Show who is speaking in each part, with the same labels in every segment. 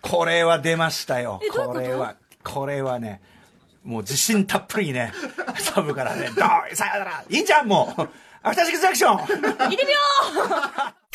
Speaker 1: これは出ましたよ
Speaker 2: えどういうこと
Speaker 1: これはこれはねもう自信たっぷりねサブからね「どうさよならいいんじゃんもうアフターシックスジャンクション!」
Speaker 2: 行ってみよ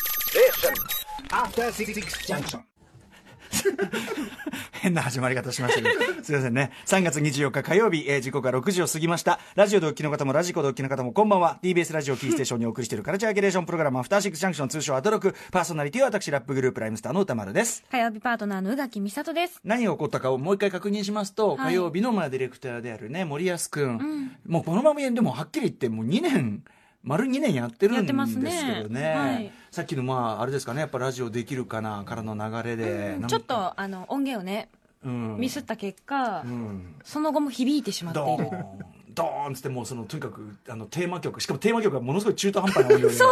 Speaker 1: 変な始まり方しましたけど、すいませんね。3月24日火曜日、えー時刻は6時を過ぎました。ラジオ同期の方もラジコ同期の方もこんばんは。TBS ラジオキーステーションにお送りしているカルチャーゲレーションプログラム、アフターシックスジャンクション通称アトロク。パーソナリティは私、ラップグループライムスターの歌丸です。
Speaker 2: う火曜日パートナーの宇垣美里です
Speaker 1: 何が起こったかをもう一回確認しますと、
Speaker 2: は
Speaker 1: 火
Speaker 2: い
Speaker 1: 曜日のまあディレクターであるね、森安くん。もうこのままでもはっきり言ってもう2年、丸2年やってるん
Speaker 2: やっ
Speaker 1: で
Speaker 2: てます
Speaker 1: すけど
Speaker 2: ね
Speaker 1: ね。
Speaker 2: はい
Speaker 1: さっきのまあ、あれですかね、やっぱラジオできるかな、からの流れで。なんか
Speaker 2: ちょっ、とあの音源をね
Speaker 1: うん
Speaker 2: ミスった結果、
Speaker 1: うん。
Speaker 2: その後も響いてしまって
Speaker 1: ド
Speaker 2: い
Speaker 1: ー
Speaker 2: る
Speaker 1: ンドーンっつってもうそのとにかくあのテーマ曲しかもテーマ曲がものすごい中途半端な音量で
Speaker 2: そ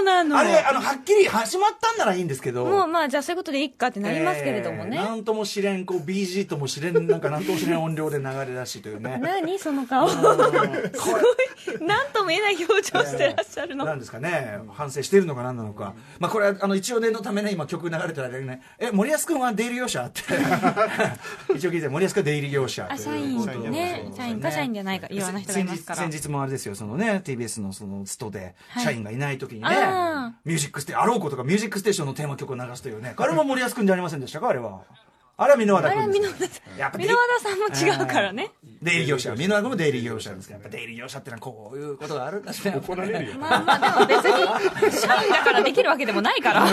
Speaker 2: うなの
Speaker 1: あれあのはっきり始まったんならいいんですけど
Speaker 2: もうまあじゃあそういうことでいいかってなりますけれどもね、
Speaker 1: えーなんとも知れんこう BG とも知れんなんかなんとも知れん音量で流れ出しという ね
Speaker 2: 何その顔すごい何とも言えない表情してらっしゃるの、
Speaker 1: なんですかね反省しているのか何なのか、まあこれはあの一応念のためね今曲流れてる間にね「え森保君は出入り業者?」って 一応聞いて森保君は出入り業者
Speaker 2: あ社員
Speaker 1: ということで
Speaker 2: ね
Speaker 1: そう
Speaker 2: 社員か社員じゃないかいろんな人がいますから
Speaker 1: 先日先日もあれですよそのね TBS のそのストで社員がいない時にね、
Speaker 2: あ
Speaker 1: ミュージックステあろうことかミュージックステーションのテーマ曲を流すというねあれも森保君じゃありませんでしたかあれはあれは箕輪田君です
Speaker 2: あれは箕輪田さ
Speaker 1: やっぱ
Speaker 2: 箕輪田さんも違うからね
Speaker 1: 出入り業者箕輪田君も出入り業者なんですけどやっぱ出入り業者ってのはこういうことがあるんですね
Speaker 3: 怒られるよ。
Speaker 2: まあまあでも別に社員だからできるわけでもないから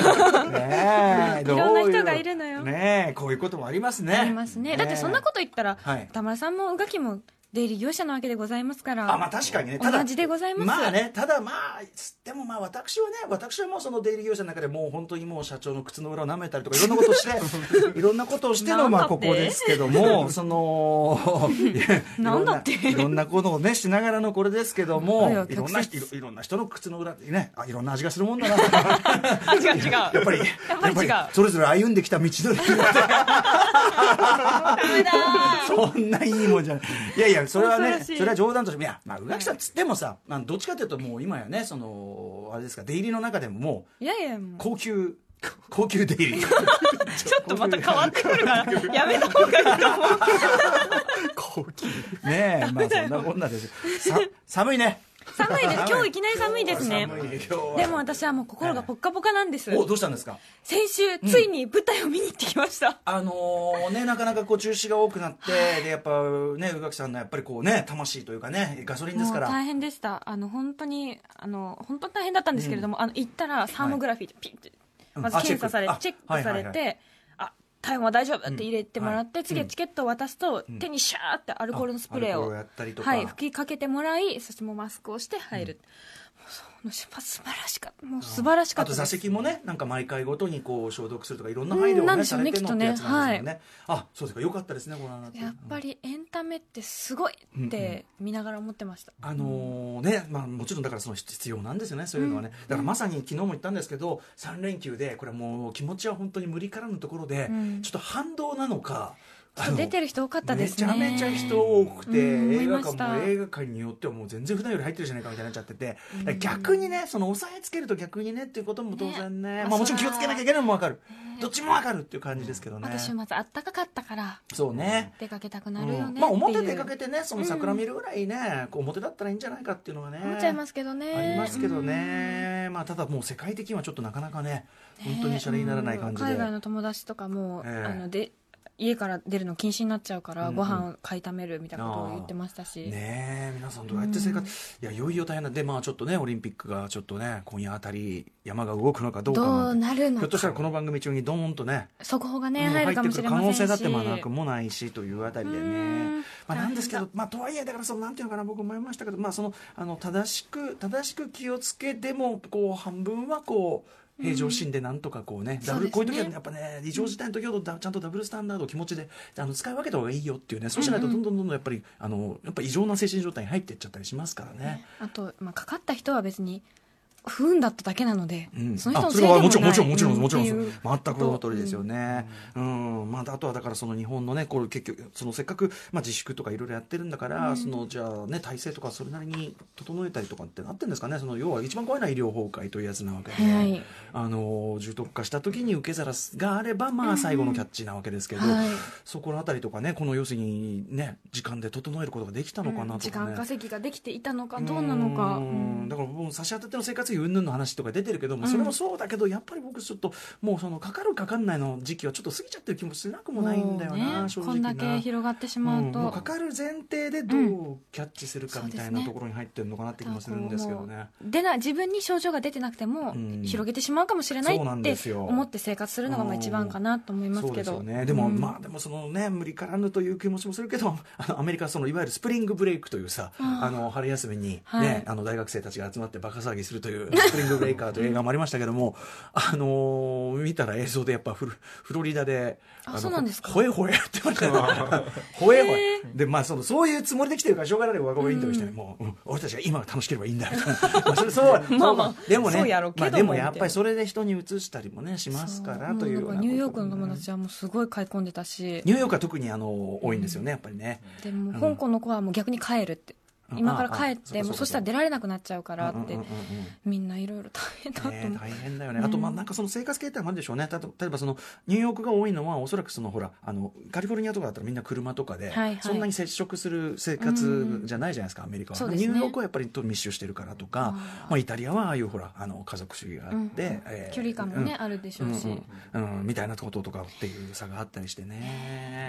Speaker 1: ねえ
Speaker 2: いろんな人がいるのよ
Speaker 1: ねえこういうこともありますね
Speaker 2: ありますねだってそんなこと言ったら、
Speaker 1: はい
Speaker 2: 田村さんも宇垣も出入り業者なわけでございますから
Speaker 1: あまあ確かにねただ
Speaker 2: 同じでございます
Speaker 1: まあねただまあつってもまあ私はね私はもうその出入り業者の中でもう本当にもう社長の靴の裏を舐めたりとかいろんなことを していろんなことをしてのまあ
Speaker 2: なんだ
Speaker 1: こ
Speaker 2: って
Speaker 1: こですけどもそ のいや
Speaker 2: なんだって
Speaker 1: いろんないろんなことをねしながらのこれですけども
Speaker 2: いや
Speaker 1: いろんな人
Speaker 2: 曲
Speaker 1: いろいろんな人の靴の裏でねあいろんな味がするもんだな
Speaker 2: あ違う違う やっ
Speaker 1: やっぱり
Speaker 2: ぱり違う
Speaker 1: やっそれぞれ歩んできた道のり そんないいもんじゃない。いやいや、それは
Speaker 2: 恐
Speaker 1: ね、
Speaker 2: ろ
Speaker 1: そ
Speaker 2: しい
Speaker 1: れは冗談としても、いや、まあ、宇垣さんつってもさ、まあ、どっちかというと、もう今やね、その、あれですか、出入りの中でももう、
Speaker 2: いやいやもう
Speaker 1: 高級、高級出 入り。
Speaker 2: ちょっとまた変わってくるからやめた方がいいと思う
Speaker 1: ねえ、まあ、そんなこんなですよ。さ、寒いね。
Speaker 2: 寒いです今日いきなり寒いですね
Speaker 1: 今日は寒い今日は
Speaker 2: でも私はもう心がポッカポカなんです
Speaker 1: お、どうしたんですか
Speaker 2: 先週ついに舞台を見に行ってきました、
Speaker 1: あのーね、なかなかこう中止が多くなって、で、やっぱね、宇垣さんのやっぱりこうね、魂というかね、ガソリンです
Speaker 2: もう
Speaker 1: から。
Speaker 2: 大変でしたあの本当にあの本当に大変だったんですけれども、あの行ったらサーモグラフィーでピッて、
Speaker 1: うん
Speaker 2: まず
Speaker 1: あ
Speaker 2: 検査されてチ
Speaker 1: チ
Speaker 2: ェ
Speaker 1: ェ
Speaker 2: ッ
Speaker 1: ッ
Speaker 2: ク
Speaker 1: クあ
Speaker 2: され
Speaker 1: はいはい
Speaker 2: てあ体温は大丈夫って入れてもらって、
Speaker 1: うん
Speaker 2: 次はチケットを渡すと、手にシャーってアルコールのスプレ
Speaker 1: あ
Speaker 2: ー
Speaker 1: アルコールをや
Speaker 2: を
Speaker 1: ったりとか
Speaker 2: はい、吹きかけてもらいそしてもうマスクをして入る、もうその素晴らしかったもう素晴らしか
Speaker 1: あ
Speaker 2: った
Speaker 1: と
Speaker 2: です
Speaker 1: 座席もね、なんか毎回ごとにこう消毒するとか、いろんな配慮
Speaker 2: うんな
Speaker 1: を
Speaker 2: んで
Speaker 1: ね、
Speaker 2: し
Speaker 1: さ
Speaker 2: ょうね
Speaker 1: れてのってやつなんですよね。あ、そうですか、よかったですね、ご覧になって。
Speaker 2: やっぱりエンタメってすごいって見ながら思ってました、
Speaker 1: あのーねまあ、もちろんだからその必要なんですよね、そういうのはね、だからまさに昨日も言ったんですけど、3連休で、これはもう気持ちは本当に無理からぬところで、
Speaker 2: うん
Speaker 1: ちょっと反動なのか、あの
Speaker 2: 出てる人多かったですね
Speaker 1: めちゃめちゃ人多くて、
Speaker 2: うん思い
Speaker 1: 映
Speaker 2: ま
Speaker 1: 画館
Speaker 2: した
Speaker 1: も映画館によってはもう全然普段より入ってるじゃないかみたいになっちゃってて、だから逆にねその抑えつけると逆にねっていうことも当然ね
Speaker 2: ね
Speaker 1: まあ、もちろん気をつけなきゃいけないのも分かる、どっちも分かるっていう感じですけどね、
Speaker 2: また週末あったかかったから
Speaker 1: そうね、
Speaker 2: 出かけたくなるよねっていう、
Speaker 1: まあ表出かけてねその桜見るぐらいね、こう表だったらいいんじゃないかっていうのはね
Speaker 2: 思っちゃいますけどね
Speaker 1: ありますけどね、まあ、ただもう世界的にはちょっとなかなかね
Speaker 2: うん
Speaker 1: 本当にシャレにならない感じ
Speaker 2: う
Speaker 1: で、
Speaker 2: ん海外の友達とかも、
Speaker 1: ええ
Speaker 2: あので家から出るの禁止になっちゃうから、
Speaker 1: うんうん
Speaker 2: ご飯を買いためるみたいなことを言ってましたし、
Speaker 1: ねえ皆さんどうやって生活、いやいよいよ大変なんでまあちょっとねオリンピックがちょっとね今夜あたり山が動くのかどうか
Speaker 2: ど
Speaker 1: な
Speaker 2: うん
Speaker 1: て
Speaker 2: なるの
Speaker 1: ひょっとしたら
Speaker 2: か
Speaker 1: この番組中にドーンとね
Speaker 2: 速報がね、
Speaker 1: うん
Speaker 2: 入るかも
Speaker 1: く
Speaker 2: し
Speaker 1: る
Speaker 2: れ
Speaker 1: 可
Speaker 2: ません
Speaker 1: 能
Speaker 2: し
Speaker 1: 性だってまあなくもないしというあたりで
Speaker 2: うん
Speaker 1: ね、まあ、なんですけ
Speaker 2: 大
Speaker 1: ど、まあ、とはいえだからそのなんていうのかな僕も思いましたけど、まあ、そのあの正しく正しく気をつけでもこう半分はこう。平常心でなんとかこうね、ダブル
Speaker 2: そ
Speaker 1: こ
Speaker 2: う
Speaker 1: う
Speaker 2: です
Speaker 1: いう時
Speaker 2: ね
Speaker 1: はやっぱね異常事態の時ほどだちゃんとダブルスタンダードを気持ちであの使い分けた方がいいよっていうねそうしないとどんどんどんどんやっぱり、あのやっぱ異常な精神状態に入っていっちゃったりしますからね。
Speaker 2: あと、まあ、かかった人は別に不運だっただけなので、
Speaker 1: うん
Speaker 2: その人
Speaker 1: あ
Speaker 2: のせ
Speaker 1: それ
Speaker 2: いで
Speaker 1: は
Speaker 2: もない
Speaker 1: もちろんもちろんもちろんもちろん
Speaker 2: う
Speaker 1: そ
Speaker 2: っ
Speaker 1: う
Speaker 2: ていう
Speaker 1: 全くその通りですよね。うん、まああとはだからその日本のねこれ結局そのせっかくまあ自粛とかいろいろやってるんだから、そのじゃあね体制とかそれなりに整えたりとかってなってるんですかね。その要は一番怖いのは医療崩壊というやつなわけで、
Speaker 2: はい
Speaker 1: あの重篤化した時に受け皿があればまあ最後のキャッチなわけですけど、
Speaker 2: はい
Speaker 1: そこのあたりとかねこの要するにね時間で整えることができたのか
Speaker 2: う
Speaker 1: なん
Speaker 2: 時
Speaker 1: とかね。
Speaker 2: 間稼ぎができていたのかどうなのか、
Speaker 1: うーん
Speaker 2: うん
Speaker 1: だから僕も差し当たっての生活費云々の話とか出てるけども、それもそうだけどやっぱり僕ちょっともうそのかかるかかんないの時期はちょっと過ぎちゃってる気もしなくもないんだよな、
Speaker 2: もう
Speaker 1: 正直な
Speaker 2: こんだけ広がってしまうと、
Speaker 1: んもうかかる前提でどうキャッチするか
Speaker 2: うん
Speaker 1: みたい
Speaker 2: そうです
Speaker 1: な
Speaker 2: ね
Speaker 1: ところに入ってるのかなって気もするんですけどね。
Speaker 2: 出ない自分に症状が出てなくても、
Speaker 1: うん
Speaker 2: 広げてしまうかもしれない
Speaker 1: そうなん
Speaker 2: っ
Speaker 1: です
Speaker 2: て
Speaker 1: よ
Speaker 2: 思って生活するのがまあ一番かなと思います
Speaker 1: そう
Speaker 2: け
Speaker 1: です
Speaker 2: ど、
Speaker 1: よね、でも、
Speaker 2: うん
Speaker 1: まあでもそのね無理からぬという気持ちもするけどあのアメリカはそのいわゆるスプリングブレイクというさあの春休みに、ね
Speaker 2: はい
Speaker 1: あの大学生たちが集まってバカ騒ぎするというスプリングブレイカーという映画もありましたけども あのー見たら映像でやっぱフルフロリダで
Speaker 2: あ
Speaker 1: の
Speaker 2: そうなんですか
Speaker 1: ほえほえやってました よほえほえ、でまあそのそういうつもりで来てるからしょうがない若者インタビューして、もう、うん俺たちが今が楽しければいいんだ みたいなまあそれそう
Speaker 3: まあまあ
Speaker 1: そうでもね
Speaker 3: そうやろうけど
Speaker 1: まあ
Speaker 3: も
Speaker 1: でもやっ
Speaker 3: みた
Speaker 1: ぱ
Speaker 3: い
Speaker 1: り
Speaker 3: な
Speaker 1: それで人に移したりもねしますからというよう
Speaker 2: も
Speaker 1: なこと
Speaker 2: うなんかニューヨークの
Speaker 1: ね
Speaker 2: 友達はもうすごい買い込んでたし
Speaker 1: ニューヨークは特にあの多いんですよね、やっぱりね。
Speaker 2: でも香港の子はもう逆に帰るって、
Speaker 1: うん
Speaker 2: 今から帰っ
Speaker 1: ああ
Speaker 2: ても
Speaker 1: そか
Speaker 2: うそう
Speaker 1: そうか
Speaker 2: したら出られなくなっちゃうからって、
Speaker 1: うんうんうんう ん
Speaker 2: みんないろいろ大変だと思
Speaker 1: ね
Speaker 2: う、、
Speaker 1: 大変だよね、あと、まあ、なんかその生活形態もあるでしょうね、たと例えばそのニューヨークが多いのは、おそらくそのほらあの、カリフォルニアとかだったらみんな車とかで、
Speaker 2: はいはい
Speaker 1: そんなに接触する生活じゃないじゃないですか、アメリカは、
Speaker 2: そうですね
Speaker 1: ニューヨークはやっぱりと密集してるからとか、まあ、イタリアはああいうほらあの家族主義があって、
Speaker 2: うん
Speaker 1: えー
Speaker 2: 距離感もね、あるでしょうし、
Speaker 1: うんうんうん、みたいなこととかっていう差があったりして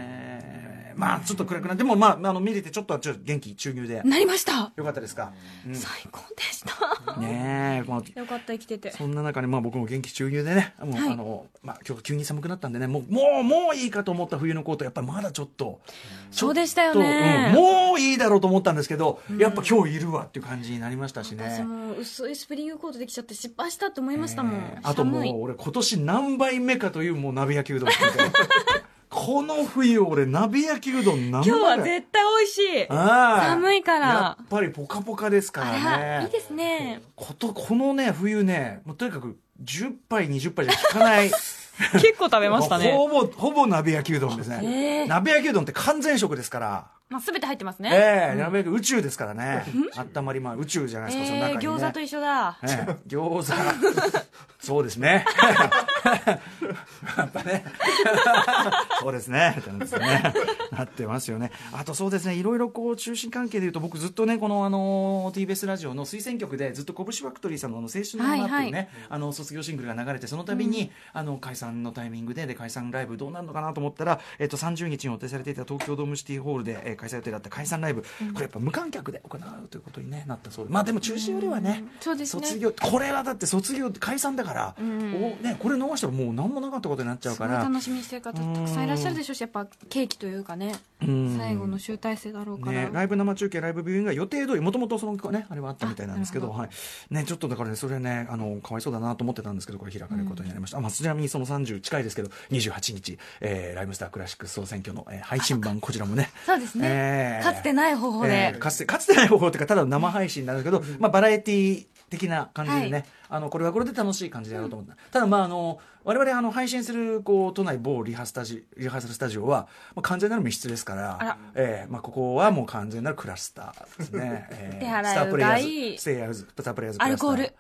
Speaker 1: ねまあちょっと暗くなでもまああの見れてちょっとはちょっと元気注入で
Speaker 2: なりました
Speaker 1: よかったですか、うん
Speaker 2: 最高でした
Speaker 1: ねえこの
Speaker 2: よかった生きてて
Speaker 1: そんな中にまあ僕も元気注入でねもう、
Speaker 2: はい
Speaker 1: あのまあ、今日急に寒くなったんでねもうもうもういいかと思った冬のコートやっぱりまだちょっとちょっと
Speaker 2: そうでしたよね
Speaker 1: うんもういいだろうと思ったんですけど、やっぱ今日いるわっていう感じになりましたしね。
Speaker 2: 私も薄いスプリングコートできちゃって失敗したって思いましたもん、
Speaker 1: えーあとも
Speaker 2: 寒いう
Speaker 1: 俺今年何杯目かというもう鍋焼きうどん作って この冬俺鍋焼きうどん何杯
Speaker 2: 今日は絶対美味しい寒いから
Speaker 1: やっぱりポカポカですからね
Speaker 2: あらいいですね
Speaker 1: ことこのね冬ねもうとにかく10杯20杯じゃ効か ない
Speaker 3: 結構食べましたね
Speaker 1: ほぼほぼ鍋焼きうどんですね、
Speaker 2: えー
Speaker 1: 鍋焼きうどんって完全食ですから
Speaker 2: まあ、全て入ってますね、
Speaker 1: ええ鍋焼き宇宙ですからねあったまりまあ宇宙じゃないですか、その
Speaker 2: えー
Speaker 1: 中に、ね、
Speaker 2: 餃子と一緒だ
Speaker 1: ええ餃子 そうですね やっぱね そうですねってなってますねなってますよねあとそうですねいろいろこう中心関係でいうと僕ずっとねこのあの TBS ラジオの推薦曲でずっと「拳ファクトリー」さんのあの「青春の花」っていうね、
Speaker 2: はいは
Speaker 1: あの卒業シングルが流れてその度に、あの解散のタイミングでで解散ライブどうなるのかなと思ったら、えっと30日に予定されていた東京ドームシティホールで、えー開催予定だった解散ライブ、これやっぱ無観客で行うということに、ね、なったそうでまあでも中止よりはね、
Speaker 2: うんそうですね
Speaker 1: 卒業これはだって卒業って解散だから、おね、これ逃したらもう何もなかったことになっちゃう
Speaker 2: すご
Speaker 1: か
Speaker 2: い
Speaker 1: ら。
Speaker 2: 楽しみにしてる方たくさんいらっしゃるでしょうしやっぱケーキというかね
Speaker 1: うん
Speaker 2: 最後の集大成だろうから、
Speaker 1: ね、ライブ生中継、ライブビューイングが予定通り、もともとそのね、あれはあったみたいなんですけど、はい。ね、ちょっとだからね、それはね、あの、かわいそうだなと思ってたんですけど、これ開かれることになりました。あまあ、ちなみにその30近いですけど、28日、えーライムスタークラシック総選挙の、えー配信版、こちらもね。
Speaker 2: そうですね、かつてない方法で、
Speaker 1: えーかつてかつてない方法というかただの生配信なんですけど、まあ、バラエティ的な感じでね、
Speaker 2: はい
Speaker 1: あのこれはこれで楽しい感じでやろうと思った、ただまああの我々あの配信するこう都内某リハスタジリハーサルスタジオは、まあ、完全なる密室ですから
Speaker 2: あら
Speaker 1: えーまあ、ここはもう完全なるクラスターです ね、えー
Speaker 2: 手洗い
Speaker 1: スタープレイヤー
Speaker 2: うがい
Speaker 1: ズステイヤーズスタープレイヤーズクラスタ
Speaker 2: アルコール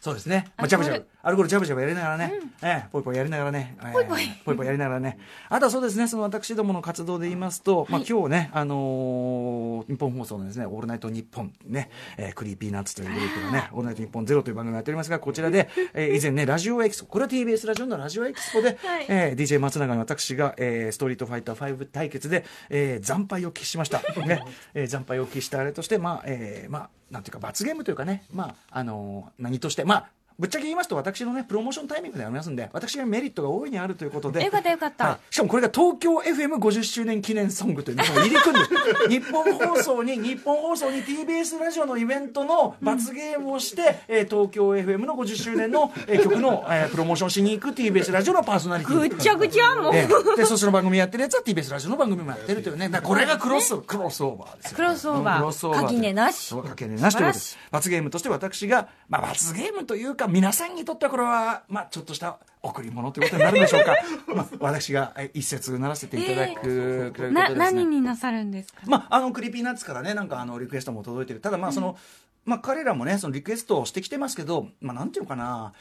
Speaker 1: そうですね、まあ、
Speaker 2: ア
Speaker 1: ジ
Speaker 2: ル
Speaker 1: ャ
Speaker 2: コ
Speaker 1: ブジ
Speaker 2: ール
Speaker 1: ャブアルコールジャブジャブやりながらね、ええぽいぽいやりながらね、ええ
Speaker 2: ぽいぽい
Speaker 1: ぽいぽいやりながらね、あとはそうですね、その私どもの活動で言いますと、まあ今日ね、あのー日本放送のですね、オールナイトニッポンね、えークリーピーナッツというグループがね、オールナイトニッポンゼロという番組をやっておりますが、こちらで、えー以前ね、ラジオエキスポ、これは TBS ラジオのラジオエキスポで、
Speaker 2: はい
Speaker 1: えー DJ 松永に私が、えーストリートファイター5対決で、えー惨敗を喫しま した、ねえー惨敗を喫したあれとして、まあえーまあ、なんていうか罰ゲームというかね、まああのー何として、まあぶっちゃけ言いますと私のねプロモーションタイミングでありますんで私がメリットが大いにあるということで
Speaker 2: よかったよかった
Speaker 1: はいしかもこれが東京 FM50 周年記念ソングというのが入り組んで る日本放送に日本放送に TBS ラジオのイベントの罰ゲームをして、えー東京 FM の50周年の、えー曲の、えープロモーションしに行く TBS ラジオのパーソナリティ
Speaker 2: ぐっちゃぐちゃもう、
Speaker 1: ええ でそっちの番組やってるやつは TBS ラジオの番組もやってるというねだからこれがクロスクロスオーバーですよ
Speaker 2: クロスオーバー
Speaker 1: クロスオーバーで
Speaker 2: 垣根なし
Speaker 1: そう垣根なしということです罰ゲームとして私が、まあ、罰ゲームというか皆さんにとってはこれは、まあ、ちょっとした贈り物ということになるんでしょう か、まあ、私がえ一節ならせていただく、ということです
Speaker 2: な
Speaker 1: ね
Speaker 2: 何になさるんですか、
Speaker 1: まあ、あのクリーピーナッツからねなんかあのリクエストも届いてるただまあその、まあ、彼らもねそのリクエストをしてきてますけど、まあ、なんていうのかな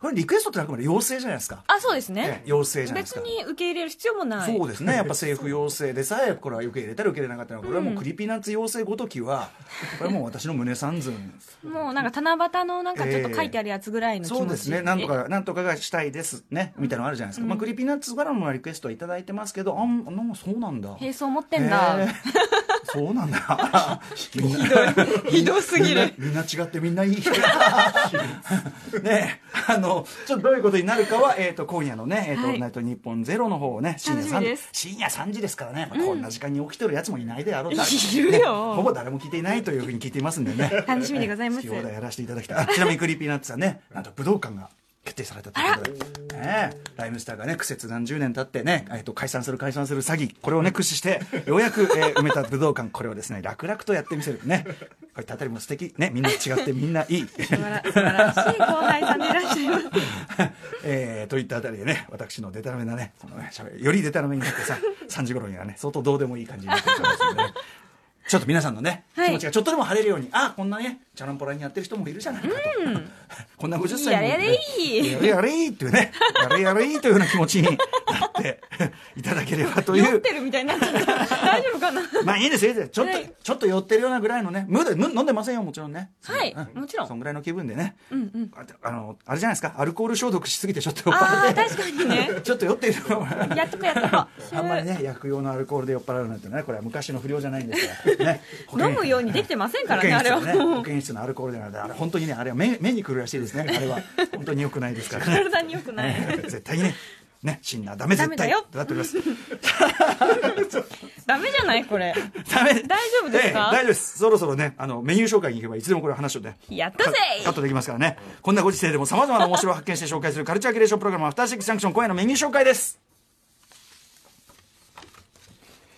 Speaker 1: これリクエストってあくまで要請じゃないですか、
Speaker 2: あそうです
Speaker 1: え
Speaker 2: ね
Speaker 1: え、要請じゃないで
Speaker 2: 別
Speaker 1: すか
Speaker 2: に受け入れる必要もない
Speaker 1: そうですねやっぱ政府要請でさえこれは受け入れたり受け入れなかったらこれはもうクリピーナッツ要請ごときはこれはもう私の胸三寸
Speaker 2: もうなんか七夕のなんかちょっと書いてあるやつぐらいの気持ち
Speaker 1: そうですねなんとかなんとかがしたいですねみたいなのあるじゃないですか、まあ、クリピーナッツからもリクエストはいただいてますけどあんなんかそうなんだ
Speaker 2: 並走持ってんだ、
Speaker 1: へー そうなん だみんな
Speaker 3: ひどすぎる
Speaker 1: みんなみんな違ってみんない いねえあのちょっとどういうことになるかは、えー、と今夜のね「えーと
Speaker 2: はい
Speaker 1: オールナイトニッポンゼロの方をね深夜
Speaker 2: 楽しみ
Speaker 1: 3
Speaker 2: で
Speaker 1: 時
Speaker 2: す
Speaker 1: 深夜3時ですからね、やっぱこんな時間に起きてるやつもいないであろうと
Speaker 3: いるよ
Speaker 1: ねほぼ誰も聞いていないというふうに聞いていますんでね
Speaker 2: 楽しみでございます
Speaker 1: えー好き放題やらせていただきたいあちなみにクリーピーナッツはね なんと武道館が決定されたということで、ねえ、ライムスターがね苦節何十年経ってね、えっと解散する解散する詐欺これをね駆使 してようやく、えー埋めた武道館これをですね楽々とやってみせるねこういったあたりも素敵ねみんな違ってみんないい、
Speaker 2: 素晴ら素晴らしい後輩さんでいらっしゃいます
Speaker 1: えーといったあたりでね私のデタラメなねそのね喋りよりデタラメになってさ3時頃 にはね相当どうでもいい感じになってきますので、ね、ちょっと皆さんのね、
Speaker 2: はい
Speaker 1: 気持ちがちょっとでも晴れるようにあこんなねチャランポランにやってる人もいるじゃないかと、 こんな50歳に
Speaker 2: やれやれいい
Speaker 1: やれやれいいっていうねやれやれいいというような気持ちになって いただければとい
Speaker 3: 酔っ
Speaker 1: う
Speaker 3: てるみたいになっちゃった大丈夫かな
Speaker 1: まあいいですよいいですよちょっと、
Speaker 2: はい
Speaker 1: ちょっと酔ってるようなぐらいのね無でむ飲んでませんよもちろんね
Speaker 2: はい
Speaker 1: うん
Speaker 2: もちろん
Speaker 1: そんぐらいの気分でね、
Speaker 2: うんうん
Speaker 1: ああのあれじゃないですかアルコール消毒しすぎてちょっと酔っ
Speaker 2: あ
Speaker 1: 払
Speaker 2: あ
Speaker 1: って
Speaker 2: 確かにね
Speaker 1: ちょっと酔ってるのも
Speaker 2: やっとこうやっとこう
Speaker 1: あんまりね薬用のアルコールで酔っ払うなんてねこれは昔の不良じゃないんですから、ね、保健
Speaker 3: 飲むようにできてませんからね
Speaker 1: 保
Speaker 3: あれ
Speaker 1: 健室
Speaker 3: は
Speaker 1: のね保健室のアルコールでなんてあれ本当にねあれは目目にくるらしいですねあれは本当に良くないですからね
Speaker 3: 体に良くない
Speaker 1: 絶対にねね死んだらダメ
Speaker 3: ダ
Speaker 1: 絶
Speaker 3: メ
Speaker 1: 対
Speaker 3: だよ
Speaker 1: ってなってお ります
Speaker 3: ダメじゃないこれ
Speaker 1: ダメ大
Speaker 3: 大丈夫ですか
Speaker 1: 大丈夫ですそろそろねあのメニュー紹介に行けばいつでもこれ話をね
Speaker 3: やったぜ
Speaker 1: カカットできますからねこんなご時世でもさまざまな面白を発見して紹介するカルチャーキュレーションプログラム「アフターシックスジャンクション」今夜のメニュー紹介です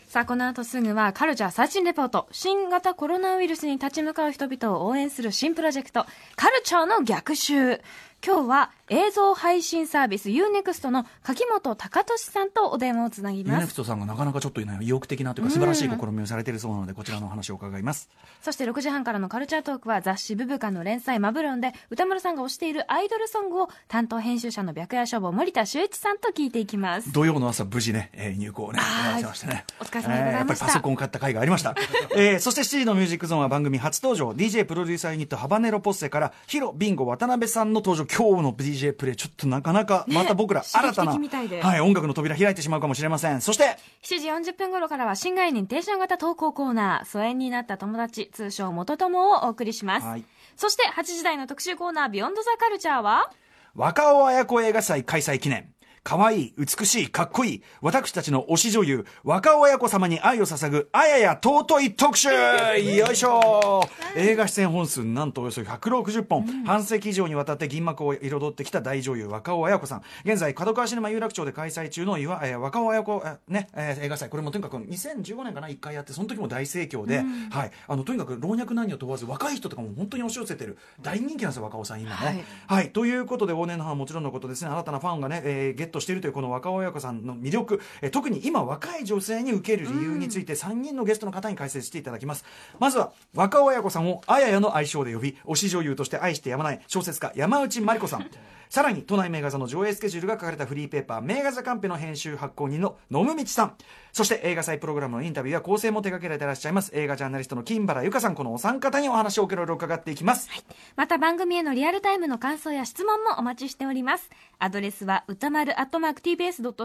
Speaker 2: さあこの後すぐはカルチャー最新レポート新型コロナウイルスに立ち向かう人々を応援する新プロジェクトカルチャーの逆襲今日は映像配信サービス UNEXT の柿本隆俊さんとお電話をつなぎ
Speaker 1: ユ
Speaker 2: ま
Speaker 1: ネ
Speaker 2: す
Speaker 1: クトさんがなかなかちょっといない意欲的なというか素晴らしい試みをされているそうなのでこちらのお話を伺います
Speaker 2: そして6時半からのカルチャートークは雑誌ブブカの連載マブロンで歌丸さんが推しているアイドルソングを担当編集者の白夜消防森田修一さんと聞いていきます。
Speaker 1: 土曜の朝無事ね、えー入稿をね終わらせましたね
Speaker 2: お疲れ様でご
Speaker 1: えー
Speaker 2: ざいました
Speaker 1: やっぱりパソコンを買った回がありました、 えーそして7時のミュージックゾーンは番組初登場 DJ プロデューサーユニットハバネロポッセからヒロビンゴ渡辺さんの登場今日の DJ プレイちょっとなかなかまた僕ら
Speaker 2: ね
Speaker 1: 新たな、
Speaker 2: 刺激的みたいで
Speaker 1: はい、音楽の扉開いてしまうかもしれませんそして
Speaker 2: 7時40分頃からは新概念テンション型投稿コーナー、疎遠になった友達、通称元友をお送りします。
Speaker 1: はい
Speaker 2: そして8時台の特集コーナー、ビヨンドザカルチャーは
Speaker 1: 若尾綾子映画祭開催記念。可愛い、美しい、かっこいい、私たちの推し女優、若尾綾子様に愛を捧ぐ、あやや尊い特集よいしょ映画出演本数なんとおよそ160本、半世紀以上にわたって銀幕を彩ってきた大女優、若尾綾子さん。現在、角川シネマ有楽町で開催中のいわ、えー若尾綾子、えーね、えー映画祭、これもとにかく2015年かな、一回やって、その時も大盛況で、はい、あの、とにかく老若男女問わず、若い人とかも本当に押し寄せてる、大人気なんですよ、若尾さん、今ね。はい、ということで、往年のファンはもちろんのことですね、新たなファンがね、えーゲットしているというこの若尾親子さんの魅力、えー特に今、若い女性に受ける理由について、3人のゲストの方に解説していただきます。まずは、若尾親子さんをあややの愛称で呼び、推し女優として愛してやまない小説家、山内まりこさん。さらに都内名画座の上映スケジュールが書かれたフリーペーパー名画座カンペの編集発行人の野務道さんそして映画祭プログラムのインタビューや構成も手掛けられていらっしゃいます映画ジャーナリストの金原由香さんこのお三方にお話をおろいろ伺っていきます、
Speaker 2: また番組へのリアルタイムの感想や質問もお待ちしております。アドレスは歌丸アットマーク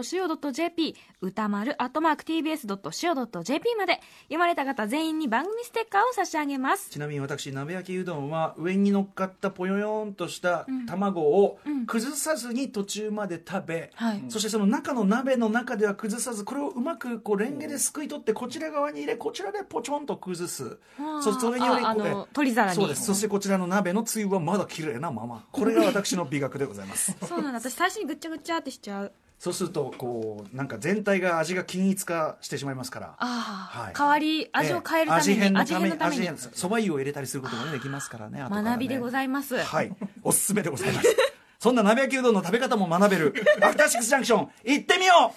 Speaker 2: tbs.co.jp 歌丸アットマーク tbs.co.jp まで読まれた方全員に番組ステッカーを差し上げます。
Speaker 1: ちなみに私鍋焼きうどんは上に乗っかったぽよよんとした卵を崩さずに途中まで食べ、
Speaker 2: はい
Speaker 1: そしてその中の鍋の中では崩さずこれをうまくこうレンゲですくい取ってこちら側に入れこちらでポチョンと崩すそそれにより
Speaker 2: ああ
Speaker 1: こう
Speaker 2: の
Speaker 1: え
Speaker 2: 取り皿に
Speaker 1: そうですそしてこちらの鍋のつゆはまだ綺麗なままこれが私の美学でございます
Speaker 2: そうなんだ。私最初にぐっちゃぐっちゃってしちゃう。
Speaker 1: そうするとこうなんか全体が味が均一化してしまいますから
Speaker 2: ああ、
Speaker 1: はい
Speaker 2: 代わり、味を変えるために、
Speaker 1: ええ
Speaker 2: 味変のため
Speaker 1: 味
Speaker 2: に
Speaker 1: 変、そば湯を入れたりすることもねできますからね後からね
Speaker 2: 学びでございます。
Speaker 1: はい、おすすめでございます。そんな鍋焼きうどんの食べ方も学べる、アフターシックスジャンクション、行ってみよ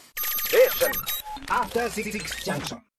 Speaker 1: う
Speaker 4: After Six Junction.